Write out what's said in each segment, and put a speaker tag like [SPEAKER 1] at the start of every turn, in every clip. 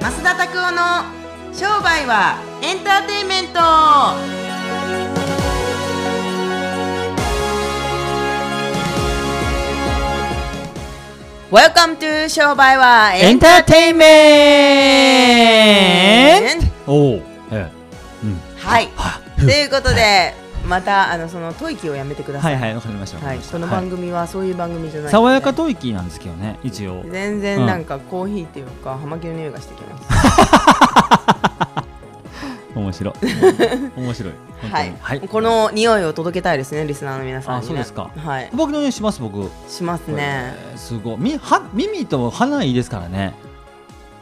[SPEAKER 1] 拓夫の商売はエンターテインメントウェルカムトゥ商売は
[SPEAKER 2] エ
[SPEAKER 1] エ
[SPEAKER 2] ン
[SPEAKER 1] ン
[SPEAKER 2] ターテインメ
[SPEAKER 1] テインメ
[SPEAKER 2] ン
[SPEAKER 1] ント
[SPEAKER 2] トおお、ええうん、
[SPEAKER 1] はいということでまたあのその吐息をやめてくださ
[SPEAKER 2] はいいはいわかりましたわか
[SPEAKER 1] は
[SPEAKER 2] り
[SPEAKER 1] い
[SPEAKER 2] まし
[SPEAKER 1] こ
[SPEAKER 2] た
[SPEAKER 1] の番組はそういう番組じゃない
[SPEAKER 2] 爽やか吐息なんですけどね一応
[SPEAKER 1] 全
[SPEAKER 2] う
[SPEAKER 1] 然
[SPEAKER 2] ん
[SPEAKER 1] なんかコーヒーっていうか葉巻の匂いがしてきます
[SPEAKER 2] 面白い面白い本当に
[SPEAKER 1] はい、この匂いを届けたいですね、リスナーの皆さんに、ね。
[SPEAKER 2] あそうですか
[SPEAKER 1] はい、
[SPEAKER 2] 僕の匂いします僕
[SPEAKER 1] しますね。
[SPEAKER 2] えーすごいみは耳と鼻いいですからね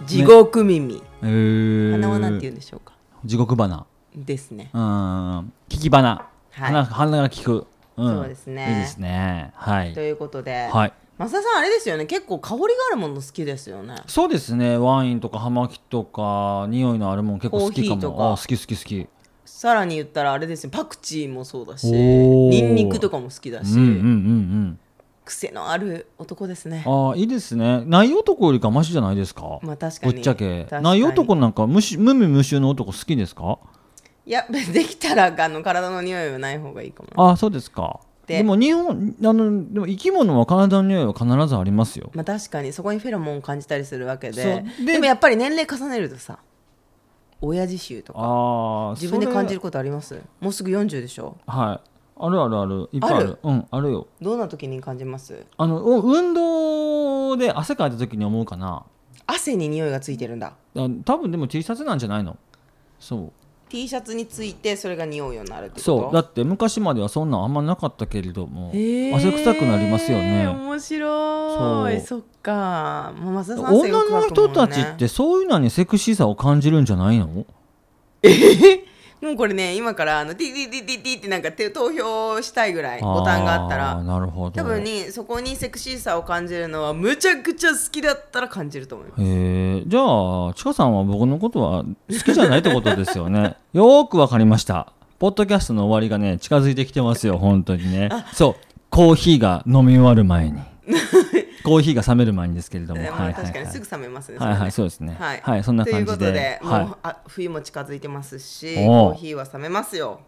[SPEAKER 1] 地獄耳。
[SPEAKER 2] えー
[SPEAKER 1] 鼻はなんて言うんでしょうか。
[SPEAKER 2] 地獄花
[SPEAKER 1] ですね。
[SPEAKER 2] うん聞き花鼻
[SPEAKER 1] は
[SPEAKER 2] 鼻が効くん
[SPEAKER 1] そうですね。
[SPEAKER 2] いいですねはいい
[SPEAKER 1] ということで、
[SPEAKER 2] はい
[SPEAKER 1] 増田さんあれですよね、結構香りがあるもの好きですよね。
[SPEAKER 2] そうですねワインとか葉巻とか匂いのあるもん結構好きか
[SPEAKER 1] コーヒーと
[SPEAKER 2] も
[SPEAKER 1] か
[SPEAKER 2] あ好き好き好き
[SPEAKER 1] さらに言ったらあれですよ、パクチーもそうだし、
[SPEAKER 2] おー
[SPEAKER 1] ニンニクとかも好きだ
[SPEAKER 2] うん
[SPEAKER 1] し、
[SPEAKER 2] うんうん
[SPEAKER 1] 癖のある男ですね。
[SPEAKER 2] うんああいいですねない男よりかマシじゃないですか
[SPEAKER 1] まあ確か
[SPEAKER 2] ぶ
[SPEAKER 1] に。
[SPEAKER 2] っちゃけ
[SPEAKER 1] 確かに
[SPEAKER 2] ない男なんか無視無味無臭の男好きですか
[SPEAKER 1] いや、 できたらあの体の匂いはない方がいいかもな。
[SPEAKER 2] ああそうですか
[SPEAKER 1] で
[SPEAKER 2] でも日本あのでも生き物は体の匂いは必ずありますよ
[SPEAKER 1] まあ確かにそこにフェロモンを感じたりするわけで
[SPEAKER 2] そうで
[SPEAKER 1] でもやっぱり年齢重ねるとさ親父臭とか
[SPEAKER 2] ああ
[SPEAKER 1] 自分で感じ
[SPEAKER 2] る
[SPEAKER 1] ることありますもうすぐ40でしょ
[SPEAKER 2] はいあるあるあるいっぱいあ
[SPEAKER 1] あ
[SPEAKER 2] る
[SPEAKER 1] る
[SPEAKER 2] うんあるよ
[SPEAKER 1] どんな時に感じます
[SPEAKER 2] あのお運動で汗かいた時に思うかな
[SPEAKER 1] 汗に匂いがついてるんだ
[SPEAKER 2] あ多分でも T シャツなんじゃないのそう
[SPEAKER 1] T シャツについてそれが匂うようになるってこと
[SPEAKER 2] そうだって昔まではそんなんあんまなかったけれども
[SPEAKER 1] へー
[SPEAKER 2] 汗臭くなりますよね
[SPEAKER 1] 面白い
[SPEAKER 2] そ
[SPEAKER 1] そっかもう増田さん汗が
[SPEAKER 2] 女の
[SPEAKER 1] 乾くも
[SPEAKER 2] 人
[SPEAKER 1] んね
[SPEAKER 2] たちってそういうのにセクシーさを感じるんじゃないの
[SPEAKER 1] もうこれね今からあのティティティティティってなんか手投票したいぐらいボタンがあった
[SPEAKER 2] ー
[SPEAKER 1] ら
[SPEAKER 2] なるほど
[SPEAKER 1] 多分にそこにセクシーさを感じるのはむちゃくちゃ好きだったら感じると思います
[SPEAKER 2] へえじゃあちかさんは僕のことは好きじゃないってことですよ ねよーくわかりましたポッドキャストの終わりがね近づいてきてま すよ本当にねそうコーヒーが飲み終わる 前にコーヒーが冷める前にですけれども、
[SPEAKER 1] ねまあ確かにすぐ冷めますね。それ
[SPEAKER 2] は
[SPEAKER 1] ね
[SPEAKER 2] いはい、そうですね。は
[SPEAKER 1] はいい、
[SPEAKER 2] そんな感じで。
[SPEAKER 1] ということで、
[SPEAKER 2] は
[SPEAKER 1] もうあ冬も近づいてますし、
[SPEAKER 2] おう
[SPEAKER 1] コーヒーは冷めますよ。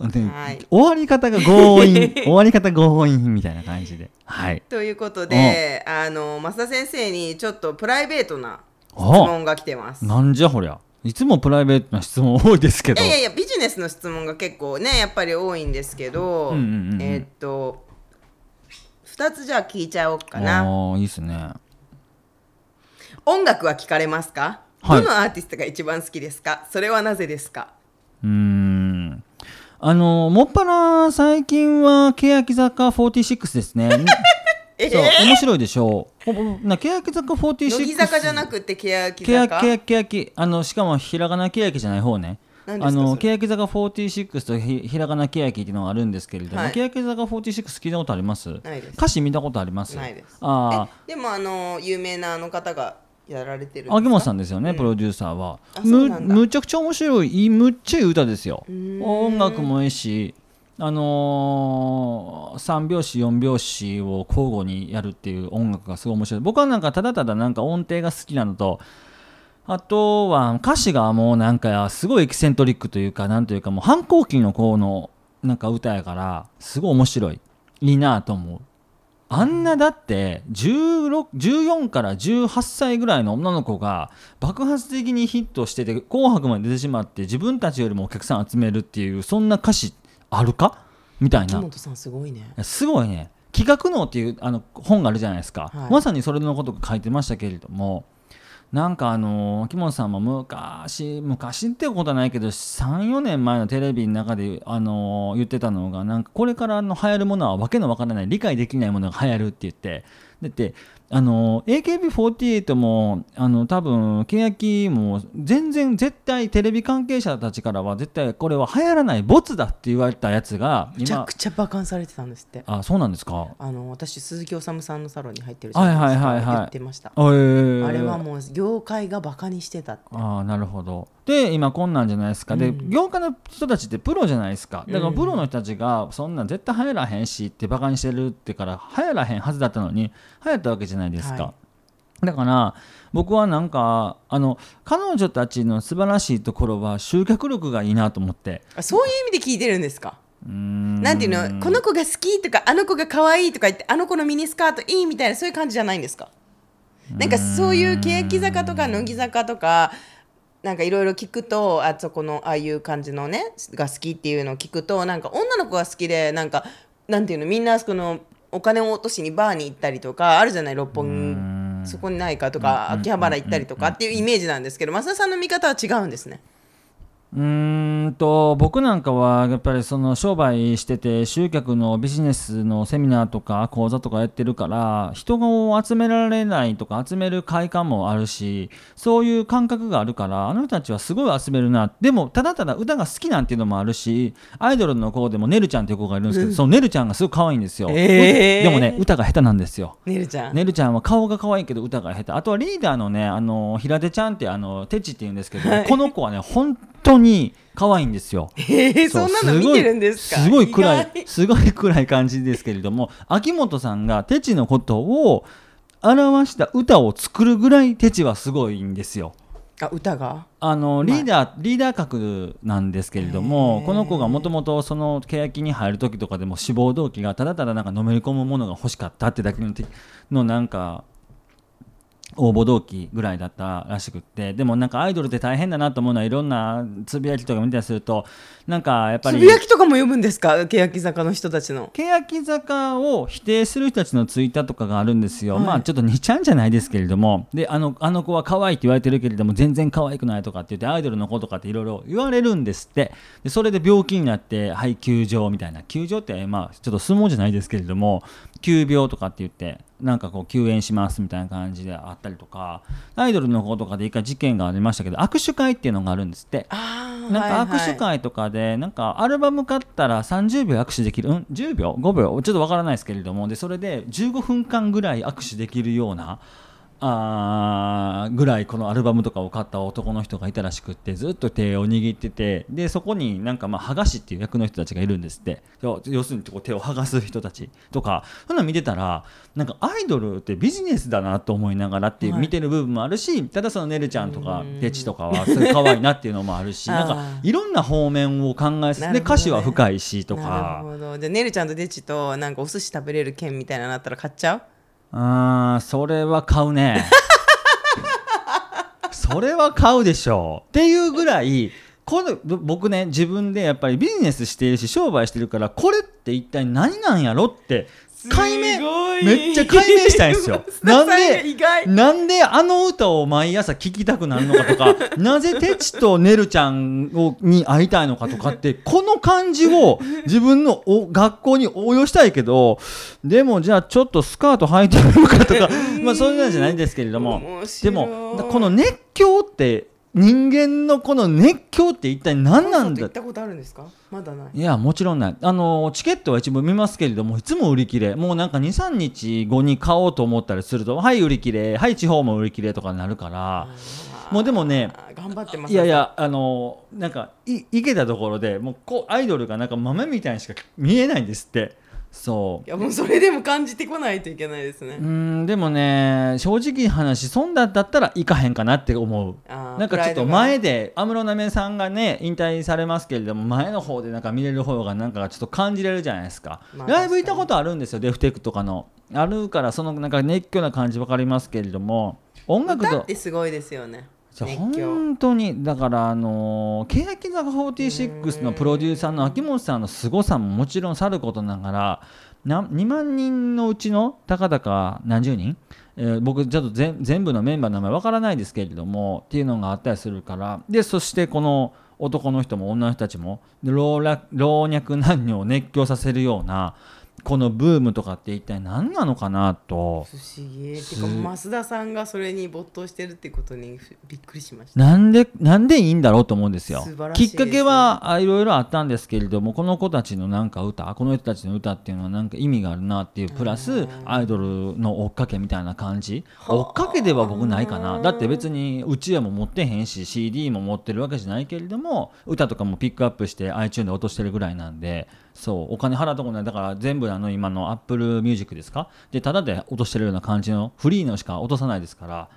[SPEAKER 2] い、で
[SPEAKER 1] はい
[SPEAKER 2] 終わり方が 強引、終わり方強引みたいな感じで。はい。
[SPEAKER 1] ということで、あの増田先生にちょっとプライベートな質問が来てます。い
[SPEAKER 2] なんじゃほりゃ。いつもプライベートな質問多いですけど。
[SPEAKER 1] やいやいやビジネスの質問が結構ねやっぱり多いんですけど、
[SPEAKER 2] うんうんうんうん
[SPEAKER 1] えーっと2つじゃあ聞いちゃおうか
[SPEAKER 2] あ
[SPEAKER 1] な
[SPEAKER 2] ーいいですね。
[SPEAKER 1] 音楽は聴かれますか、
[SPEAKER 2] はい
[SPEAKER 1] どのアーティストが一番好きですかそれはなぜですか
[SPEAKER 2] うーん。あのもっぱら最近は欅坂46で すね。
[SPEAKER 1] え
[SPEAKER 2] そう
[SPEAKER 1] ー、
[SPEAKER 2] 面白いでしょう。おおな欅坂46。
[SPEAKER 1] 乃木坂じゃなくて欅
[SPEAKER 2] けや
[SPEAKER 1] 坂
[SPEAKER 2] けやけやきあのしかもひらがなけやきじゃない方ね
[SPEAKER 1] 何で
[SPEAKER 2] あ
[SPEAKER 1] すか
[SPEAKER 2] の
[SPEAKER 1] それ
[SPEAKER 2] けやき坂46とひひらがなけやきっていうのがあるんですけれども、
[SPEAKER 1] はい
[SPEAKER 2] けやき坂46聞いたことあります
[SPEAKER 1] ないです
[SPEAKER 2] 歌詞見たことあります
[SPEAKER 1] ないです
[SPEAKER 2] あ
[SPEAKER 1] えでもあの有名なあの方がやられてる
[SPEAKER 2] あ秋元さ
[SPEAKER 1] ん
[SPEAKER 2] んですよね、プロデューサーは
[SPEAKER 1] あそう
[SPEAKER 2] む
[SPEAKER 1] なんだ
[SPEAKER 2] むちゃくちゃ面白いいいむっちゃいい歌ですよ
[SPEAKER 1] ーん
[SPEAKER 2] 音楽もいいしあのー、3拍子4拍子を交互にやるっていう音楽がすごい面白い僕はなんかただただなんか音程が好きなのとあとは歌詞がもうなんかすごいエキセントリックというかなんというかもう反抗期の子のなんか歌やからすごい面白いいいなと思うあんなだって16 14から18歳ぐらいの女の子が爆発的にヒットしてて「紅白」まで出てしまって自分たちよりもお客さん集めるっていうそんな歌詞あるかみたい
[SPEAKER 1] 木
[SPEAKER 2] な
[SPEAKER 1] 本さんすごいね
[SPEAKER 2] すごいね「企画能」っていうあの本があるじゃないですか、
[SPEAKER 1] はい
[SPEAKER 2] まさにそれのことが書いてましたけれどもなんかあの木本さんも昔昔ってことはないけど34年前のテレビの中であの言ってたのがなんかこれからの流行るものはわけのわからない理解できないものが流行るって言ってだってあの AKB48 もあの多分欅も全然絶対テレビ関係者たちからは絶対これは流行らないボツだって言われたやつが
[SPEAKER 1] めちゃくちゃバカンされてたんですって
[SPEAKER 2] あそうなんですか
[SPEAKER 1] あの私鈴木おさむさんのサロンに入ってるじゃないですか、
[SPEAKER 2] はいはいはいはい
[SPEAKER 1] 言ってました
[SPEAKER 2] あ,、えー
[SPEAKER 1] あれはもう業界がバカにしてたって
[SPEAKER 2] あーなるほどで今こんなんじゃないですかで、
[SPEAKER 1] うん
[SPEAKER 2] 業界の人たちってプロじゃないですかだから
[SPEAKER 1] うん
[SPEAKER 2] プロの人たちがそんなん絶対流行らへんしってバカにしてるってから流行らへんはずだったのに流行ったわけじゃないですか、
[SPEAKER 1] は
[SPEAKER 2] だから僕はなんかあの彼女たちの素晴らしいところは集客力がいいなと思って
[SPEAKER 1] あそういう意味で聞いてるんですか
[SPEAKER 2] うーん
[SPEAKER 1] なんていうのこの子が好きとかあの子が可愛いとか言ってあの子のミニスカートいいみたいなそういう感じじゃないんですかなんかそういう欅坂とか乃木坂とかなんかいろいろ聞くとあそこのああいう感じのねが好きっていうのを聞くとなんか女の子が好きでなんかなんていうのみんなそのお金を落としにバーに行ったりとかあるじゃない六本木そこにないかとか秋葉原行ったりとかっていうイメージなんですけど増田さんの見方は違うんですね。
[SPEAKER 2] うーんと僕なんかはやっぱりその商売してて集客のビジネスのセミナーとか講座とかやってるから人を集められないとか集める快感もあるしそういう感覚があるからあの人たちはすごい集めるなでもただただ歌が好きなんていうのもあるしアイドルの子でもねるちゃんっていう子がいるんですけどそのねるちゃんがすごい可愛いんですよ、
[SPEAKER 1] えー
[SPEAKER 2] でもね歌が下手なんですよ
[SPEAKER 1] ねるちゃん、
[SPEAKER 2] ねるちゃんは顔が可愛いけど歌が下手あとはリーダーのねあの平手ちゃんってあのてちって言うんですけど、この子はね本当に可愛いんですよ。
[SPEAKER 1] えー、そんなの見てるんですか
[SPEAKER 2] すごい暗
[SPEAKER 1] 意
[SPEAKER 2] いすごい暗い感じですけれども秋元さんがてちのことを表した歌を作るぐらいてちはすごいんですよ。
[SPEAKER 1] 外あ歌が
[SPEAKER 2] あのリーダー、リーダー格なんですけれどもこの子がもともとその欅に入る時とかでも志望動機がただただなんかのめり込むものが欲しかったってだけのてのなんか応募動機ぐらいだったらしくってでもなんかアイドルって大変だなと思うのはいろんなつぶやきとか見たりするとなんかやっぱ
[SPEAKER 1] つ
[SPEAKER 2] り
[SPEAKER 1] ぶやきとかも読むんですか欅坂の人たちの
[SPEAKER 2] 欅坂を否定する人たちのツイッターとかがあるんですよ、まあちょっと似ちゃんじゃないですけれどもであのあの子は可愛いって言われてるけれども全然可愛くないとかって言ってアイドルの子とかっていろいろ言われるんですってでそれで病気になってはい休場みたいな休場ってまあちょっと相撲じゃないですけれども急病とかって言ってなんかこう休園しますみたいな感じであったりとかアイドルの子とかで一回事件がありましたけど握手会っていうのがあるんですって
[SPEAKER 1] あー
[SPEAKER 2] なんか握手
[SPEAKER 1] はいはい
[SPEAKER 2] 会とかで、なんかアルバム買ったら30秒握手できる、うん、10秒、5秒、ちょっとわからないですけれども、でそれで15分間ぐらい握手できるような。あーぐらいこのアルバムとかを買った男の人がいたらしくってずっと手を握っててでそこになんかまあ剥がしっていう役の人たちがいるんですって要要するにこう手を剥がす人たちとかそんなの見てたらなんかアイドルってビジネスだなと思いながらっていう見てる部分もあるし、ただそのねるちゃんとかてちとかはすごい可愛いなっていうのもあるし
[SPEAKER 1] あー
[SPEAKER 2] なんかいろんな方面を考えす、
[SPEAKER 1] なるほど
[SPEAKER 2] で
[SPEAKER 1] ね
[SPEAKER 2] 歌詞は深いしと
[SPEAKER 1] なる
[SPEAKER 2] か
[SPEAKER 1] ほどじゃあねるちゃんとデチとなんかお寿司食べれる券みたいなのあったら買っちゃう
[SPEAKER 2] あーそれは買うね それは買うでしょうっていうぐらいこのぼ僕ね自分でやっぱりビジネスしているし商売してるからこれって一体何なんやろって解明
[SPEAKER 1] すごい
[SPEAKER 2] めっちゃ解明したいんで すよ
[SPEAKER 1] 増
[SPEAKER 2] なん
[SPEAKER 1] 田さが
[SPEAKER 2] で
[SPEAKER 1] 意外
[SPEAKER 2] なんであの歌を毎朝聴きたくなるのかとか なぜてちとねるちゃんをに会いたいのかとかってこの感じを自分のお学校に応用したいけどでもじゃあちょっとスカート履いてみるかとかまあそんなんじゃないんですけれども
[SPEAKER 1] 面白
[SPEAKER 2] で
[SPEAKER 1] い
[SPEAKER 2] もこの熱狂って人間のこの熱狂って一体何なん
[SPEAKER 1] コンサート行
[SPEAKER 2] だ
[SPEAKER 1] ったことあるんですかまだない
[SPEAKER 2] いやもちろんないあのチケットは一部見ますけれどもいつも売り切れもうなんか23日後に買おうと思ったりするとはい売り切れはい地方も売り切れとかになるからもうでもね
[SPEAKER 1] あー頑張ってます
[SPEAKER 2] いやいやあのなんかいいけたところでもうこうアイドルがなんか豆みたいにしか見えないんですってそう
[SPEAKER 1] いやもうそれでも感じてこないといけないですね
[SPEAKER 2] う、ーんでもね正直な話そんなんだったら行かへんかなって思う
[SPEAKER 1] あー
[SPEAKER 2] なんかちょっと
[SPEAKER 1] プラ
[SPEAKER 2] 前
[SPEAKER 1] イ
[SPEAKER 2] で安室奈美恵さんがね引退されますけれども前の方でなんか見れる方がなんかちょっと感じれるじゃないですか、
[SPEAKER 1] まあ
[SPEAKER 2] ライブ行ったことあるんですよデフテックとかのあるからそのなんか熱狂な感じ分かりますけれども音楽
[SPEAKER 1] 歌
[SPEAKER 2] と
[SPEAKER 1] ってすごいですよね
[SPEAKER 2] じゃあ
[SPEAKER 1] 熱狂
[SPEAKER 2] 本当にだからあのー欅坂46のプロデューサーの秋元さんの凄さももちろんさることながらな2万人のうちのたかだか何十人、えー僕ちょっと全全部のメンバーの名前わからないですけれどもっていうのがあったりするからでそしてこの男の人も女の人たちもで老若老若男女を熱狂させるようなこのブームとかって一体何なのかなと。
[SPEAKER 1] 不思議てか増田さんがそれに没頭してるってことにふびっくりしました
[SPEAKER 2] なんでなんでいいんだろうと思うんですよ。
[SPEAKER 1] 素晴らしいです
[SPEAKER 2] きっ
[SPEAKER 1] ね
[SPEAKER 2] かけはあいろいろあったんですけれどもこの子たちのなんか歌この人たちの歌っていうのはなんか意味があるなっていうプラスアイドルの追っかけみたいな感じ追っかけでは僕ないかなだって別にうちわも持ってへんし CD も持ってるわけじゃないけれども歌とかもピックアップして iTunes で落としてるぐらいなんでそうお金払うとこないだから全部あの今の AppleMusic ですかでただで落としてるような感じのフリーのしか落とさないですから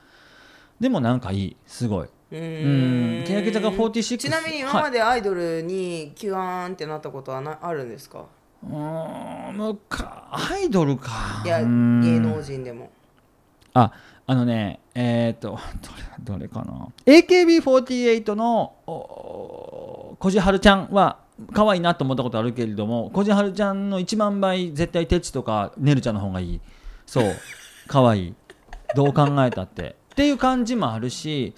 [SPEAKER 2] でもなんかいいすごいうん欅坂46
[SPEAKER 1] ちなみに今までアイドルにキュアーンってなったことはなあるんですか
[SPEAKER 2] うーんもうかアイドルか
[SPEAKER 1] いや
[SPEAKER 2] う
[SPEAKER 1] 芸
[SPEAKER 2] ーん
[SPEAKER 1] 能人でも
[SPEAKER 2] ああのねえっ、と どれどれかな AKB48 のおこじはるちゃんは可愛いなと思ったことあるけれどもこじはるちゃんの1万倍絶対てちとかねるちゃんの方がいいそう可愛いどう考えたってっていう感じもあるし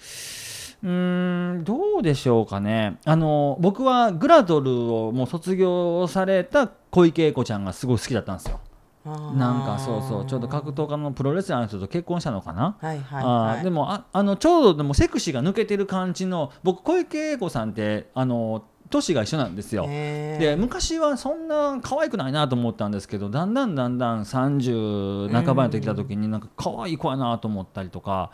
[SPEAKER 2] うーんどうでしょうかねあの僕はグラドルをもう卒業された小池栄子ちゃんがすごい好きだったんですよなんかそうそうちょうど格闘家のプロレスラーの人と結婚したのかな、
[SPEAKER 1] はいはい
[SPEAKER 2] あ
[SPEAKER 1] は
[SPEAKER 2] ー
[SPEAKER 1] い
[SPEAKER 2] でもああのちょうどでもセクシーが抜けてる感じの僕小池栄子さんってあの年が一緒なんですよ。
[SPEAKER 1] へー
[SPEAKER 2] で昔はそんな可愛くないなと思ったんですけどだんだんだんだん30半ばになってきた時になんか可愛い子やなと思ったりとか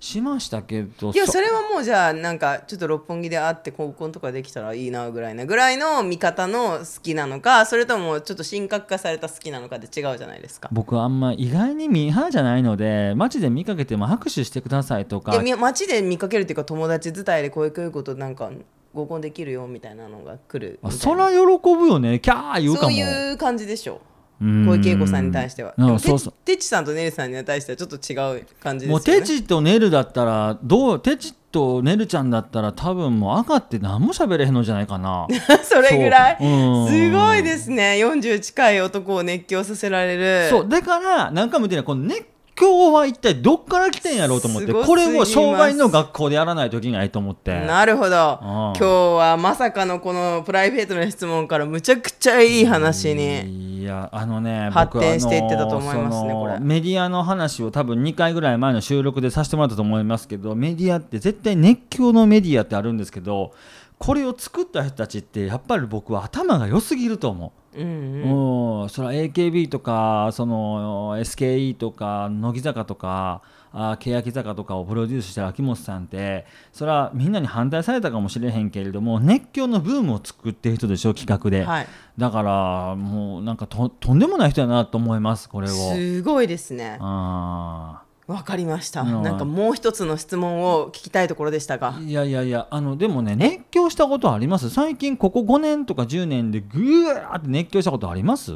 [SPEAKER 2] しましたけど
[SPEAKER 1] いや
[SPEAKER 2] そ
[SPEAKER 1] それはもうじゃあなんかちょっと六本木で会って合コンとかできたらいいなぐらいなぐらいの見方の好きなのかそれともちょっと神格化された好きなのかで違うじゃないですか。
[SPEAKER 2] 僕あんま意外にミーハーじゃないので街で見かけても拍手してくださいと
[SPEAKER 1] いや
[SPEAKER 2] か
[SPEAKER 1] み街で見かけるっていうか友達伝いでこういうこういうことなんか合コンできるよみたいなのが来るみ
[SPEAKER 2] あ
[SPEAKER 1] たいな
[SPEAKER 2] そら喜ぶよねキャー言う
[SPEAKER 1] そ
[SPEAKER 2] かも
[SPEAKER 1] ういう感じでしょ
[SPEAKER 2] うん
[SPEAKER 1] 小池栄子さんに対しては。
[SPEAKER 2] うん
[SPEAKER 1] でもて
[SPEAKER 2] そうそう
[SPEAKER 1] てちさんとねるさんに対してはちょっと違う感じですよね。
[SPEAKER 2] もうテチとネルだったらどうテチとネルちゃんだったら多分もう赤って何も喋れへんのじゃないかな
[SPEAKER 1] それぐらい
[SPEAKER 2] そううん
[SPEAKER 1] すごいですね40近い男を熱狂させられる。
[SPEAKER 2] そうだから何回も言ってないこの熱狂は一体どっから来てんやろうと思って
[SPEAKER 1] すごすぎ
[SPEAKER 2] これを
[SPEAKER 1] ます
[SPEAKER 2] 商売の学校でやらないといけないと思って
[SPEAKER 1] なるほど
[SPEAKER 2] うん
[SPEAKER 1] 今日はまさかのこのプライベートの質問からむちゃくちゃいい話に
[SPEAKER 2] いやあのね僕
[SPEAKER 1] 発展していってたと思いますね
[SPEAKER 2] あの
[SPEAKER 1] これ
[SPEAKER 2] メディアの話を多分2回ぐらい前の収録でさせてもらったと思いますけどメディアって絶対熱狂のメディアってあるんですけどこれを作った人たちってやっぱり僕は頭が良すぎると思う。
[SPEAKER 1] うんうん
[SPEAKER 2] うん、それは AKB とかその SKE とか乃木坂とかあー欅坂とかをプロデュースした秋元さんってそれはみんなに反対されたかもしれへんけれども熱狂のブームを作ってる人でしょ企画で、
[SPEAKER 1] はい
[SPEAKER 2] だからもうなんかととんでもない人やなと思いますこれを
[SPEAKER 1] すごいですね
[SPEAKER 2] あ
[SPEAKER 1] わかりました
[SPEAKER 2] うん
[SPEAKER 1] なんかもう一つの質問を聞きたいところでしたが
[SPEAKER 2] ーいやいやいやあのでもね熱狂したことあります最近ここ5年とか10年でぐわーって熱狂したことあります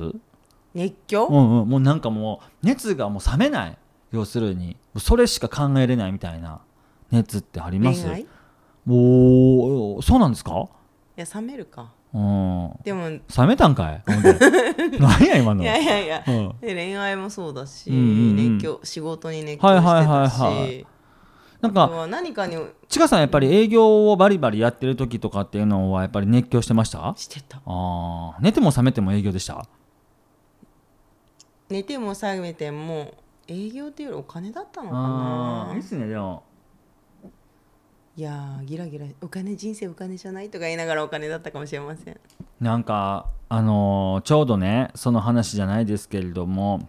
[SPEAKER 1] 熱狂
[SPEAKER 2] うんうん、もうなんかもう熱がもう冷めない要するにそれしか考えれないみたいな熱ってあります
[SPEAKER 1] 恋愛い
[SPEAKER 2] おーそうなんですか
[SPEAKER 1] や冷めるか
[SPEAKER 2] うん
[SPEAKER 1] でもい
[SPEAKER 2] 冷めたんかいほんで 何や今の
[SPEAKER 1] やいやいや
[SPEAKER 2] うん
[SPEAKER 1] で恋愛もそうだし
[SPEAKER 2] うんうんうん
[SPEAKER 1] 熱狂仕事に熱狂して
[SPEAKER 2] はい
[SPEAKER 1] た
[SPEAKER 2] はいはいは
[SPEAKER 1] し
[SPEAKER 2] なん
[SPEAKER 1] あと
[SPEAKER 2] か
[SPEAKER 1] は何かに
[SPEAKER 2] ちかさんやっぱり営業をバリバリやってる時とかっていうのはやっぱり熱狂してました
[SPEAKER 1] してた
[SPEAKER 2] あー寝ても冷めても営業でした
[SPEAKER 1] 寝ても覚めても営業っていうよりお金だったのか
[SPEAKER 2] あ
[SPEAKER 1] な
[SPEAKER 2] ーいいっすねでも
[SPEAKER 1] いやーギラギラお金人生お金じゃないとか言いながらお金だったかもしれません
[SPEAKER 2] なんかあのーちょうどねその話じゃないですけれども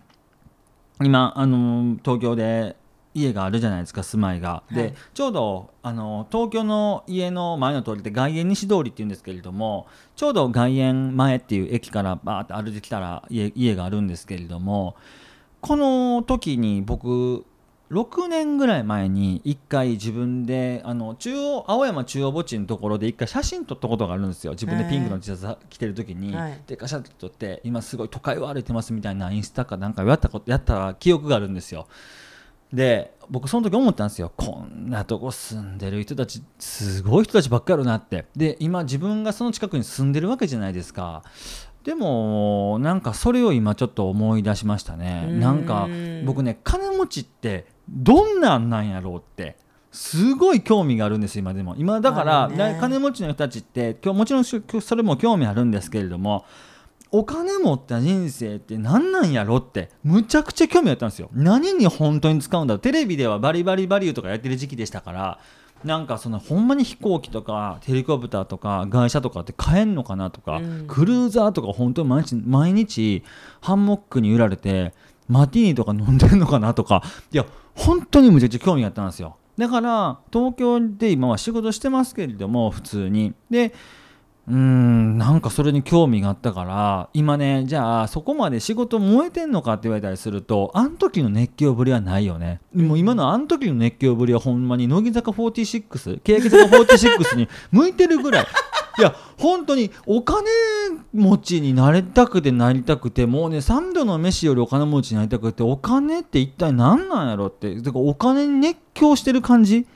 [SPEAKER 2] 今あのー東京で家があるじゃないですか住まいが。で、
[SPEAKER 1] はい
[SPEAKER 2] ちょうどあのー東京の家の前の通りって外苑西通りっていうんですけれどもちょうど外苑前っていう駅からバーって歩いてきたら家家があるんですけれどもこの時に僕6年ぐらい前に1回自分であの中央青山中央墓地のところで1回写真撮ったことがあるんですよ自分でピンクの T シャツ着てる時に、
[SPEAKER 1] はい
[SPEAKER 2] でガシャッと撮って今すごい都会を歩いてますみたいなインスタかなんかやったことやった記憶があるんですよで僕その時思ったんですよこんなとこ住んでる人たちすごい人たちばっかりだなってで今自分がその近くに住んでるわけじゃないですかでもなんかそれを今ちょっと思い出しましたね
[SPEAKER 1] うーん
[SPEAKER 2] なんか僕ね金持ちってどんなんなんやろうってすごい興味があるんです今でも今だから、
[SPEAKER 1] なるほどね
[SPEAKER 2] な金持ちの人たちって今日もちろんしそれも興味あるんですけれどもお金持った人生って何なんやろってむちゃくちゃ興味あったんですよ何に本当に使うんだろうテレビではバリバリバリューとかやってる時期でしたからなんかそのほんまに飛行機とかヘリコプターとか外車とかって買えんのかなとか、
[SPEAKER 1] うん
[SPEAKER 2] クルーザーとか本当に毎日毎日ハンモックに揺られてマティーニとか飲んでるのかなとかいや本当にむちゃくちゃ興味があったんですよだから東京で今は仕事してますけれども普通にでうーんなんかそれに興味があったから今ねじゃあそこまで仕事燃えてんのかって言われたりするとあん時の熱狂ぶりはないよねでも今のあん時の熱狂ぶりはほんまに乃木坂46欅坂46に向いてるぐらいいや本当にお金持ちになりたくてなりたくてもうね3度の飯よりお金持ちになりたくてお金って一体何なんやろっててかお金に熱狂してる感じ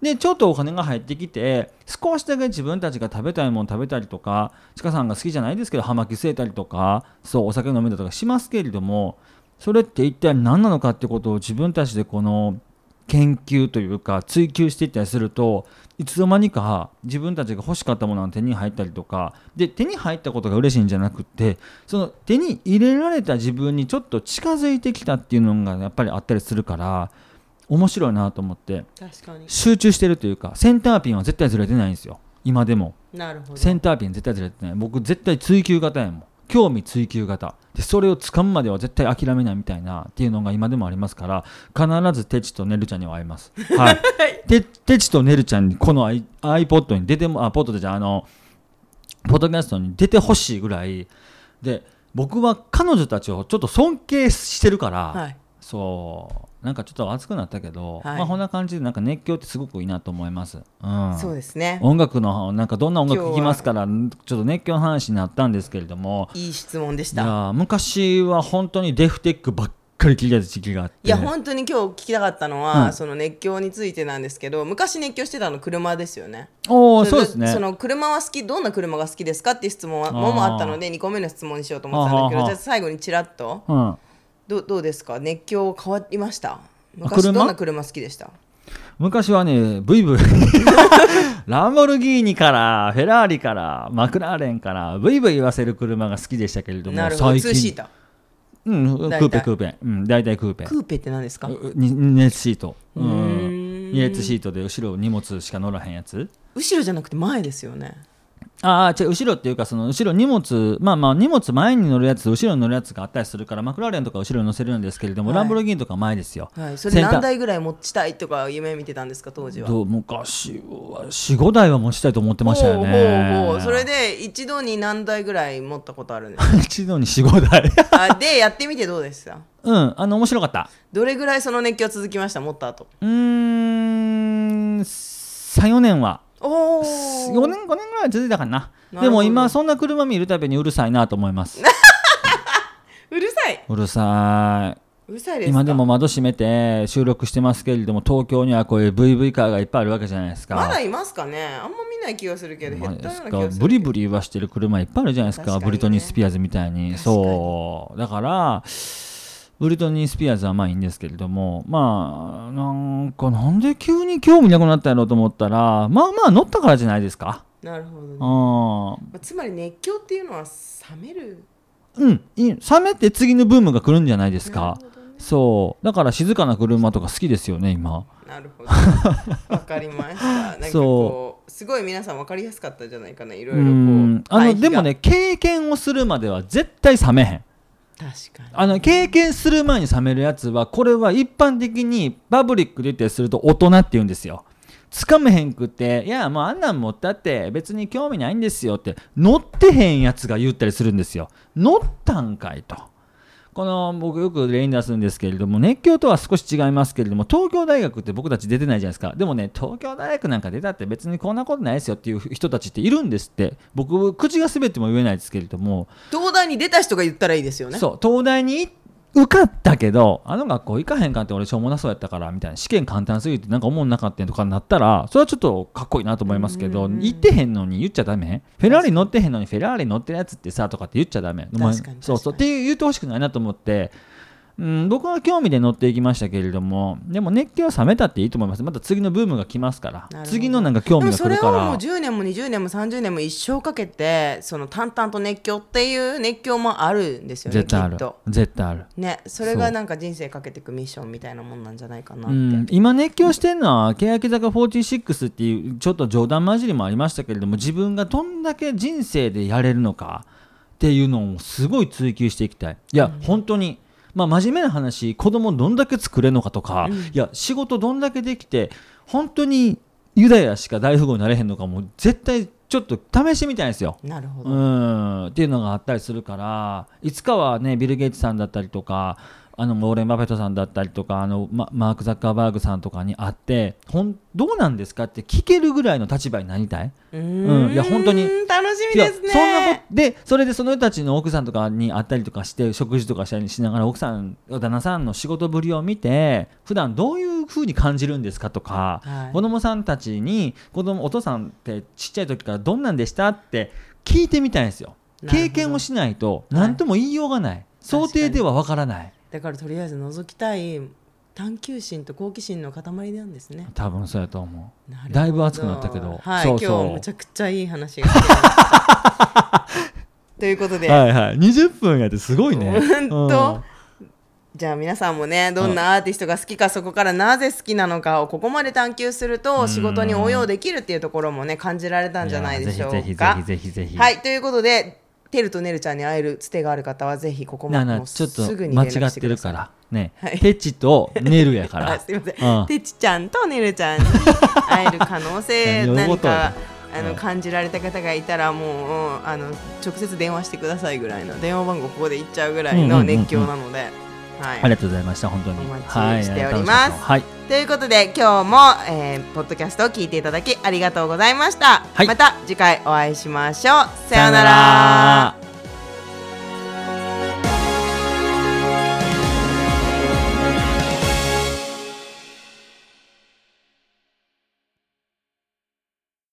[SPEAKER 2] でちょっとお金が入ってきて少しだけ自分たちが食べたいもの食べたりとかちかさんが好きじゃないですけど葉巻吸えたりとかそうお酒飲めたりとかしますけれどもそれって一体何なのかってことを自分たちでこの研究というか追求していったりするといつの間にか自分たちが欲しかったものが手に入ったりとかで手に入ったことが嬉しいんじゃなくってその手に入れられた自分にちょっと近づいてきたっていうのがやっぱりあったりするから面白いなと思って。
[SPEAKER 1] 確かに
[SPEAKER 2] 集中してるというかセンターピンは絶対ずれてないんですよ今でも
[SPEAKER 1] なるほど
[SPEAKER 2] センターピン絶対ずれてない僕絶対追求型やもん興味追求型でそれを掴むまでは絶対諦めないみたいなっていうのが今でもありますから必ずテチとネルちゃんには会いますはいテテチとネルちゃんにこの i- iPod に出てもあポッドでじゃああのポッドキャストに出てほしいぐらいで僕は彼女たちをちょっと尊敬してるから、
[SPEAKER 1] はい
[SPEAKER 2] そうなんかちょっと熱くなったけど、
[SPEAKER 1] はい
[SPEAKER 2] まあこんな感じでなんか熱狂ってすごくいいなと思います。うん、
[SPEAKER 1] そうですね
[SPEAKER 2] 音楽のなんかどんな音楽
[SPEAKER 1] 今日
[SPEAKER 2] 聴
[SPEAKER 1] は
[SPEAKER 2] きますからちょっと熱狂の話になったんですけれども、
[SPEAKER 1] いい質問でし
[SPEAKER 2] い
[SPEAKER 1] た
[SPEAKER 2] やー昔は本当にデフテックばっかり聴いてた時期があって、
[SPEAKER 1] いや本当に今日聞きたかったのは、
[SPEAKER 2] うん
[SPEAKER 1] その熱狂についてなんですけど昔熱狂してたの車ですよね。
[SPEAKER 2] おおそうですね。
[SPEAKER 1] その車は好きどんな車が好きですかっていう質問は
[SPEAKER 2] ー
[SPEAKER 1] ももあったので2個目の質問にしようと思ってたんだけ
[SPEAKER 2] あー
[SPEAKER 1] ど
[SPEAKER 2] は
[SPEAKER 1] じ
[SPEAKER 2] ー
[SPEAKER 1] ゃあ最後にちらっと
[SPEAKER 2] うん、
[SPEAKER 1] どうどうですか熱狂変わりました
[SPEAKER 2] 車
[SPEAKER 1] 昔どんな車好きでした
[SPEAKER 2] 昔はね ブイブイランボルギーニからフェラーリからマクラーレンからブイブイ言わせる車が好きでしたけれども
[SPEAKER 1] なるほど
[SPEAKER 2] 最
[SPEAKER 1] ツーシー
[SPEAKER 2] 近
[SPEAKER 1] タ
[SPEAKER 2] うんク
[SPEAKER 1] 大体
[SPEAKER 2] ーペクーペうん大体クーペ
[SPEAKER 1] クーペって何ですか
[SPEAKER 2] うに二列シートうん
[SPEAKER 1] ーん
[SPEAKER 2] 二列シートで後ろ荷物しか乗らへんやつ
[SPEAKER 1] 後ろじゃなくて前ですよね
[SPEAKER 2] ああ違う後ろっていうかその後ろ荷物まあまあ荷物前に乗るやつと後ろに乗るやつがあったりするからマクラーレンとか後ろに乗せるんですけれども、
[SPEAKER 1] はい
[SPEAKER 2] ランボルギーニとか前ですよ、
[SPEAKER 1] はいそ
[SPEAKER 2] セ
[SPEAKER 1] れ
[SPEAKER 2] ンター
[SPEAKER 1] 何台ぐらい持ちたいとか夢見てたんですか当時は
[SPEAKER 2] どう昔は45台は持ちたいと思ってましたよね
[SPEAKER 1] ほうほうほうそれで一度に何台ぐらい持ったことあるんです
[SPEAKER 2] 一度に45台
[SPEAKER 1] かあでやってみてどうでした
[SPEAKER 2] うんあの面白かった
[SPEAKER 1] どれぐらいその熱狂続きました持った後
[SPEAKER 2] うーん34年は
[SPEAKER 1] おお
[SPEAKER 2] 4年5年ぐらいは続いたかな
[SPEAKER 1] なるほど
[SPEAKER 2] でも今そんな車見るたびにうるさいなと思います
[SPEAKER 1] うるさいう
[SPEAKER 2] るさいう
[SPEAKER 1] るさいですか
[SPEAKER 2] 今でも窓閉めて収録してますけれども東京にはこういう VV カーがいっぱいあるわけじゃないですか。
[SPEAKER 1] まだいますかねあんま見ない気がするけど
[SPEAKER 2] ほん
[SPEAKER 1] 減
[SPEAKER 2] ま
[SPEAKER 1] っ
[SPEAKER 2] で
[SPEAKER 1] たよ
[SPEAKER 2] す
[SPEAKER 1] うな気
[SPEAKER 2] か
[SPEAKER 1] がす
[SPEAKER 2] ブ
[SPEAKER 1] る
[SPEAKER 2] リブリ言わしてる車いっぱいあるじゃないですか
[SPEAKER 1] 確かにね
[SPEAKER 2] ブリトニー・スピアーズみたいに
[SPEAKER 1] 確かに
[SPEAKER 2] そうだからブリトニー・スピアーズはまあいいんですけれどもまあなんかなんで急に興味なくなったやろうと思ったらまあまあ乗ったからじゃないですか
[SPEAKER 1] なるほどね
[SPEAKER 2] う
[SPEAKER 1] ま
[SPEAKER 2] ん
[SPEAKER 1] あつまり熱狂っていうのは冷める
[SPEAKER 2] うんいい冷めて次のブームが来るんじゃないですか
[SPEAKER 1] なるほどね
[SPEAKER 2] そうだから静かな車とか好きですよね今
[SPEAKER 1] なる ほどわかりましたなんか
[SPEAKER 2] そ
[SPEAKER 1] こうすごい皆さんわかりやすかったじゃないかないろ
[SPEAKER 2] う
[SPEAKER 1] いろこ
[SPEAKER 2] ん
[SPEAKER 1] う
[SPEAKER 2] あ
[SPEAKER 1] 対
[SPEAKER 2] の
[SPEAKER 1] 比
[SPEAKER 2] で
[SPEAKER 1] が
[SPEAKER 2] もね経験をするまでは絶対冷めへん
[SPEAKER 1] 確か
[SPEAKER 2] あの経験する前に冷めるやつはこれは一般的にパブリックで言ったりすると大人って言うんですよつかめへんくっていやもうあんなん持ったって別に興味ないんですよって乗ってへんやつが言ったりするんですよ乗ったんかいとこの僕よく例に出すんですけれども熱狂とは少し違いますけれども東京大学って僕たち出てないじゃないですかでもね東京大学なんか出たって別にこんなことないですよっていう人たちっているんですって僕口が滑っても言えないですけれども
[SPEAKER 1] に東大に出た人が言ったらいいですよね
[SPEAKER 2] そう東大に受かったけどあの学校行かへんかって俺しょうもなそうやったからみたいな試験簡単すぎてなんか思うなかったんとかになったらそれはちょっとかっこいいなと思いますけど
[SPEAKER 1] うん
[SPEAKER 2] 行ってへんのに言っちゃダメフェラーリ乗ってへんのにフェラーリ乗ってるやつってさとかって言っちゃダメお前
[SPEAKER 1] 確かに
[SPEAKER 2] そうそうっ
[SPEAKER 1] 確
[SPEAKER 2] て
[SPEAKER 1] か
[SPEAKER 2] いう言ってほしくないなと思って。うん、僕は興味で乗っていきましたけれどもでも熱狂は冷めたっていいと思いますまた次のブームが来ますか
[SPEAKER 1] なる
[SPEAKER 2] ら
[SPEAKER 1] ほど
[SPEAKER 2] 次のなんか興
[SPEAKER 1] で
[SPEAKER 2] 味
[SPEAKER 1] も
[SPEAKER 2] が来
[SPEAKER 1] それ
[SPEAKER 2] るか
[SPEAKER 1] をもう
[SPEAKER 2] ら
[SPEAKER 1] 10年も20年も30年も一生かけてその淡々と熱狂っていう熱狂もあるんですよね
[SPEAKER 2] 絶対あ
[SPEAKER 1] きっ
[SPEAKER 2] る
[SPEAKER 1] と
[SPEAKER 2] 絶対ある
[SPEAKER 1] ねそれ
[SPEAKER 2] そ
[SPEAKER 1] が
[SPEAKER 2] う
[SPEAKER 1] なんか人生かけていくミッションみたいなもんなんじゃないかなっ
[SPEAKER 2] う
[SPEAKER 1] て、
[SPEAKER 2] ん、今熱狂してるのは欅坂46っていうちょっと冗談交じりもありましたけれども自分がどんだけ人生でやれるのかっていうのをすごい追求していきたいいや、本当に、まあ、真面目な話子供どんだけ作れるのかとか、いや仕事どんだけできて本当にユダヤしか大富豪になれへんのかも絶対ちょっと試してみたいんですよ。
[SPEAKER 1] なるほど、
[SPEAKER 2] うん、っていうのがあったりするからいつかはねビル・ゲイツさんだったりとかあのウォーレン・バフェットさんだったりとかあのママーク・ザッカーバーグさんとかに会ってほんどうなんですかって聞けるぐらいの立場になりたい。
[SPEAKER 1] うー
[SPEAKER 2] うんいや本当に
[SPEAKER 1] 楽しみですね
[SPEAKER 2] いやそんなことでそれでその人たちの奥さんとかに会ったりとかして食事とかしたりしながら奥さん旦那さんの仕事ぶりを見て普段どういう風に感じるんですかとか、
[SPEAKER 1] はい
[SPEAKER 2] 子供さんたちに子供お父さんってちっちゃい時からどんなんでしたって聞いてみたいんですよ
[SPEAKER 1] なるほど
[SPEAKER 2] 経験をしないと
[SPEAKER 1] はい
[SPEAKER 2] 何とも言いようがない、想定ではわからない
[SPEAKER 1] だからとりあえず覗きたい探求心と好奇心の塊なんですね
[SPEAKER 2] 多分そうやと思う
[SPEAKER 1] なるほど
[SPEAKER 2] だいぶ熱くなったけど
[SPEAKER 1] はい
[SPEAKER 2] そうそう
[SPEAKER 1] 今日むちゃくちゃいい話が聞けま したということで、
[SPEAKER 2] はいはい20分やってすごいね
[SPEAKER 1] 本当
[SPEAKER 2] うん
[SPEAKER 1] じゃあ皆さんもねどんなアーティストが好きかそこからなぜ好きなのかをここまで探求すると仕事に応用できるっていうところもね感じられたんじゃないでしょうか。
[SPEAKER 2] やぜひぜひぜひぜひぜひ
[SPEAKER 1] はいということでテルとネルちゃんに会えるつてがある方はぜひここま
[SPEAKER 2] なあ
[SPEAKER 1] で
[SPEAKER 2] なあ
[SPEAKER 1] もう
[SPEAKER 2] ちょっと
[SPEAKER 1] すぐに
[SPEAKER 2] 間
[SPEAKER 1] 連
[SPEAKER 2] 違
[SPEAKER 1] 絡
[SPEAKER 2] っ
[SPEAKER 1] してて
[SPEAKER 2] る
[SPEAKER 1] くださ
[SPEAKER 2] か
[SPEAKER 1] い。
[SPEAKER 2] らね、
[SPEAKER 1] はい
[SPEAKER 2] テチとネルやか ら
[SPEAKER 1] あすいませ
[SPEAKER 2] うん
[SPEAKER 1] ん。てちちゃんとねるち ゃんに会える可能性
[SPEAKER 2] 何を
[SPEAKER 1] 何
[SPEAKER 2] 言うとんや
[SPEAKER 1] か。
[SPEAKER 2] う
[SPEAKER 1] あ
[SPEAKER 2] ん
[SPEAKER 1] の感じられた方がいたらもうあの直接電話してくださいぐらいの電話番号ここで言っちゃうぐらいの熱狂なので、はい
[SPEAKER 2] ありがとうございました本当に
[SPEAKER 1] お待ち
[SPEAKER 2] はい
[SPEAKER 1] しております
[SPEAKER 2] 楽しかったはい
[SPEAKER 1] ということで今日も、えーポッドキャストを聞いていただきありがとうございました、
[SPEAKER 2] はい
[SPEAKER 1] また次回お会いしましょうさよう
[SPEAKER 2] さよ
[SPEAKER 1] なら
[SPEAKER 2] なら